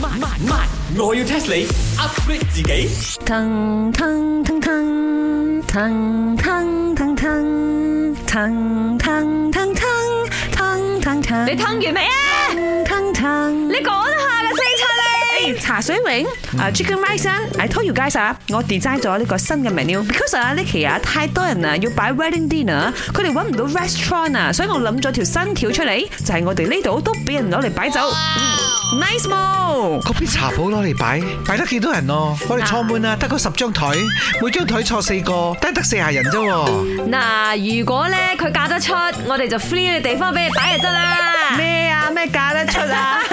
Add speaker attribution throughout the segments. Speaker 1: 慢慢慢，我要 test 你 upgrade 自己。
Speaker 2: 騰騰騰騰騰騰騰騰騰騰騰騰騰騰騰
Speaker 3: 你吞完未啊？
Speaker 2: 騰騰
Speaker 3: 你講下個聲出嚟。
Speaker 2: 茶水榮啊，Chicken Rice 啊，I told you guys 啊，我 design 咗呢個新嘅 menu，because 啊呢期啊太多人啊要擺 wedding dinner，佢哋揾唔到 restaurant 啊，所以我諗咗條新橋出嚟，就係我哋呢度都俾人攞嚟擺酒嗯，nice 冇。
Speaker 4: 嗰邊茶鋪攞嚟擺，擺得幾多人咯？我哋坐
Speaker 3: 啊
Speaker 4: 滿啦，得嗰十張台，每張台坐四個，得得四下人啫喎。
Speaker 3: 嗱，如果咧佢嫁得出，我哋就 free 嘅地方俾你擺就得啦。
Speaker 2: 咩啊？咩嫁得出啊？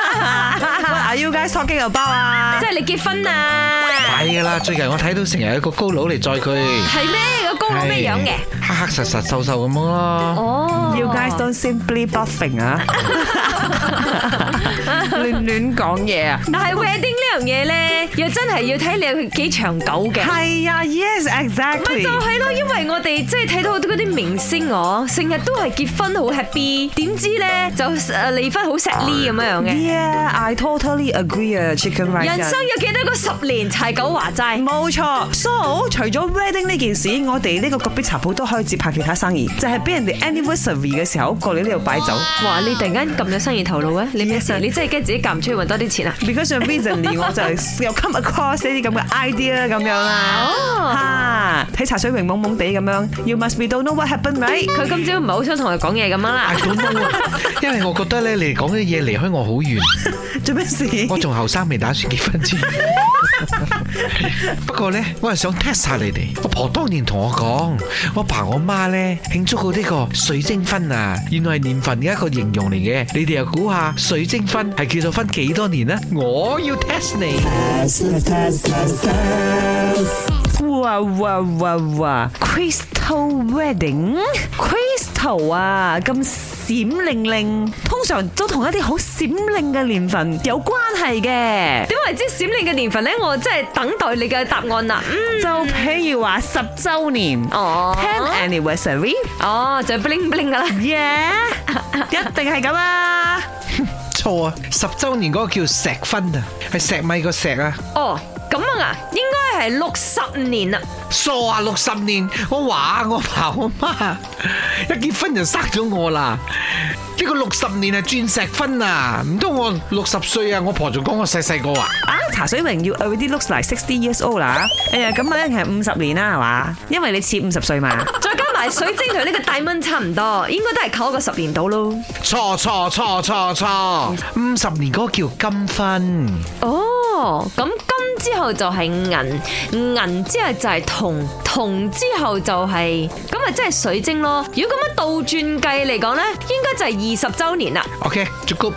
Speaker 2: 喂，Are you guys talking about 啊
Speaker 3: 即？係你結婚啊？
Speaker 4: 係噶啦，最近我睇到成日有個高佬嚟載佢，
Speaker 3: 係咩？個高佬咩樣嘅？
Speaker 4: 黑黑實實瘦瘦咁樣咯。
Speaker 3: 哦
Speaker 2: You guys don't simply bluffing 啊！亂亂講嘢啊！
Speaker 3: 但係 wedding 呢樣嘢咧，又真係要睇你幾長久嘅。
Speaker 2: 係啊，yes
Speaker 3: 咪
Speaker 2: exactly
Speaker 3: 就。係咯，因為我哋即係睇到好多嗰啲明星我成日都係結婚好 happy，點知咧就誒離婚好 sadly 咁樣樣嘅。
Speaker 2: Yeah, I totally agree 啊，Chicken Rice。
Speaker 3: 人生有幾多個十年柴九華債？
Speaker 2: 冇錯，so 除咗 wedding 呢件事，我哋呢個個別茶鋪都可以接拍其他生意，就係俾人哋 anniversary 嘅時候過嚟呢度擺酒。
Speaker 3: 哇！你突然間咁有生意頭腦嘅，你 咩事？你真係驚自己嫁唔出去揾多啲錢啊？
Speaker 2: Because of recently 我就又 come across 呢啲咁嘅 idea 咁樣啊
Speaker 3: 哦
Speaker 2: 啦。嚇，睇茶水榮懵懵地咁樣，You must be don't know what happened right？
Speaker 3: 佢今朝唔係好想同佢講嘢咁樣啦
Speaker 4: I。don't know 啊，因為我覺得咧，你哋講嘅嘢離開我好遠，
Speaker 2: 做咩事？
Speaker 4: 我仲後生未打算結婚先。 不過咧，我係想 test 下你哋。我婆當年同我講，我爸我媽咧慶祝過呢個水晶婚啊，原來係年份嘅一個形容嚟嘅。你哋又估下水晶婚係結咗婚幾多年呢？我要 test 你。
Speaker 2: 哇哇哇哇！Crystal Wedding，Crystal 啊，咁閃令令，通常都同一啲好閃令嘅年份有關係嘅，
Speaker 3: 點為之閃你嘅年份咧？我真係等待你嘅答案啦。嗯，
Speaker 2: 就譬如話十週年
Speaker 3: 哦
Speaker 2: （ten anniversary），yeah，
Speaker 3: 哦，就 bling bling 噶啦。
Speaker 2: 一定係咁啊！
Speaker 4: 錯啊！十周年嗰個叫石婚啊，係石米個石啊！
Speaker 3: 哦，咁樣啊，應該係六十年啦。
Speaker 4: 傻啊！六十年，我話我爸我媽一結婚就生咗我啦。呢個六十年係鑽石婚啊！唔通我六十歲啊？我婆仲講我細細個啊！
Speaker 2: 啊，茶水榮要 already looks like sixty years old 啦，哎呀，咁一定係五十年啦，係嘛？因為你似五十歲嘛。
Speaker 3: 再加埋水晶同呢個大蚊差唔多，應該都係靠一個十年到咯。
Speaker 4: 錯錯錯錯錯！五十年嗰個叫金婚，
Speaker 3: 哦，咁金之後就係銀，銀之後就係銅，銅之後就係咁咪真係水晶咯。如果咁樣倒轉計嚟講呢，應該就係二十週年啦。
Speaker 4: OK，祝谷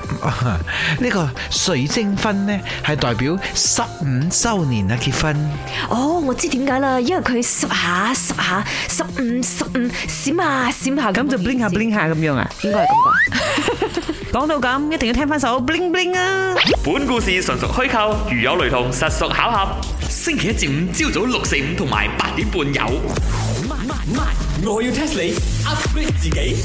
Speaker 4: 呢個水晶婚呢，係代表十五周年啊結婚。
Speaker 3: 哦，我知點解啦，因為佢十下十下十五十五閃下閃下
Speaker 2: 咁就 bling 下 bling 下咁樣啊？
Speaker 3: 應該係咁啩。
Speaker 2: 講到咁，一定要聽翻首 bling bling 啊！
Speaker 1: 本故事純屬虛構，如有雷同，實屬巧合。星期一至五朝早六四五同埋八點半有。慢慢慢，我要 test 你 upgrade 自己。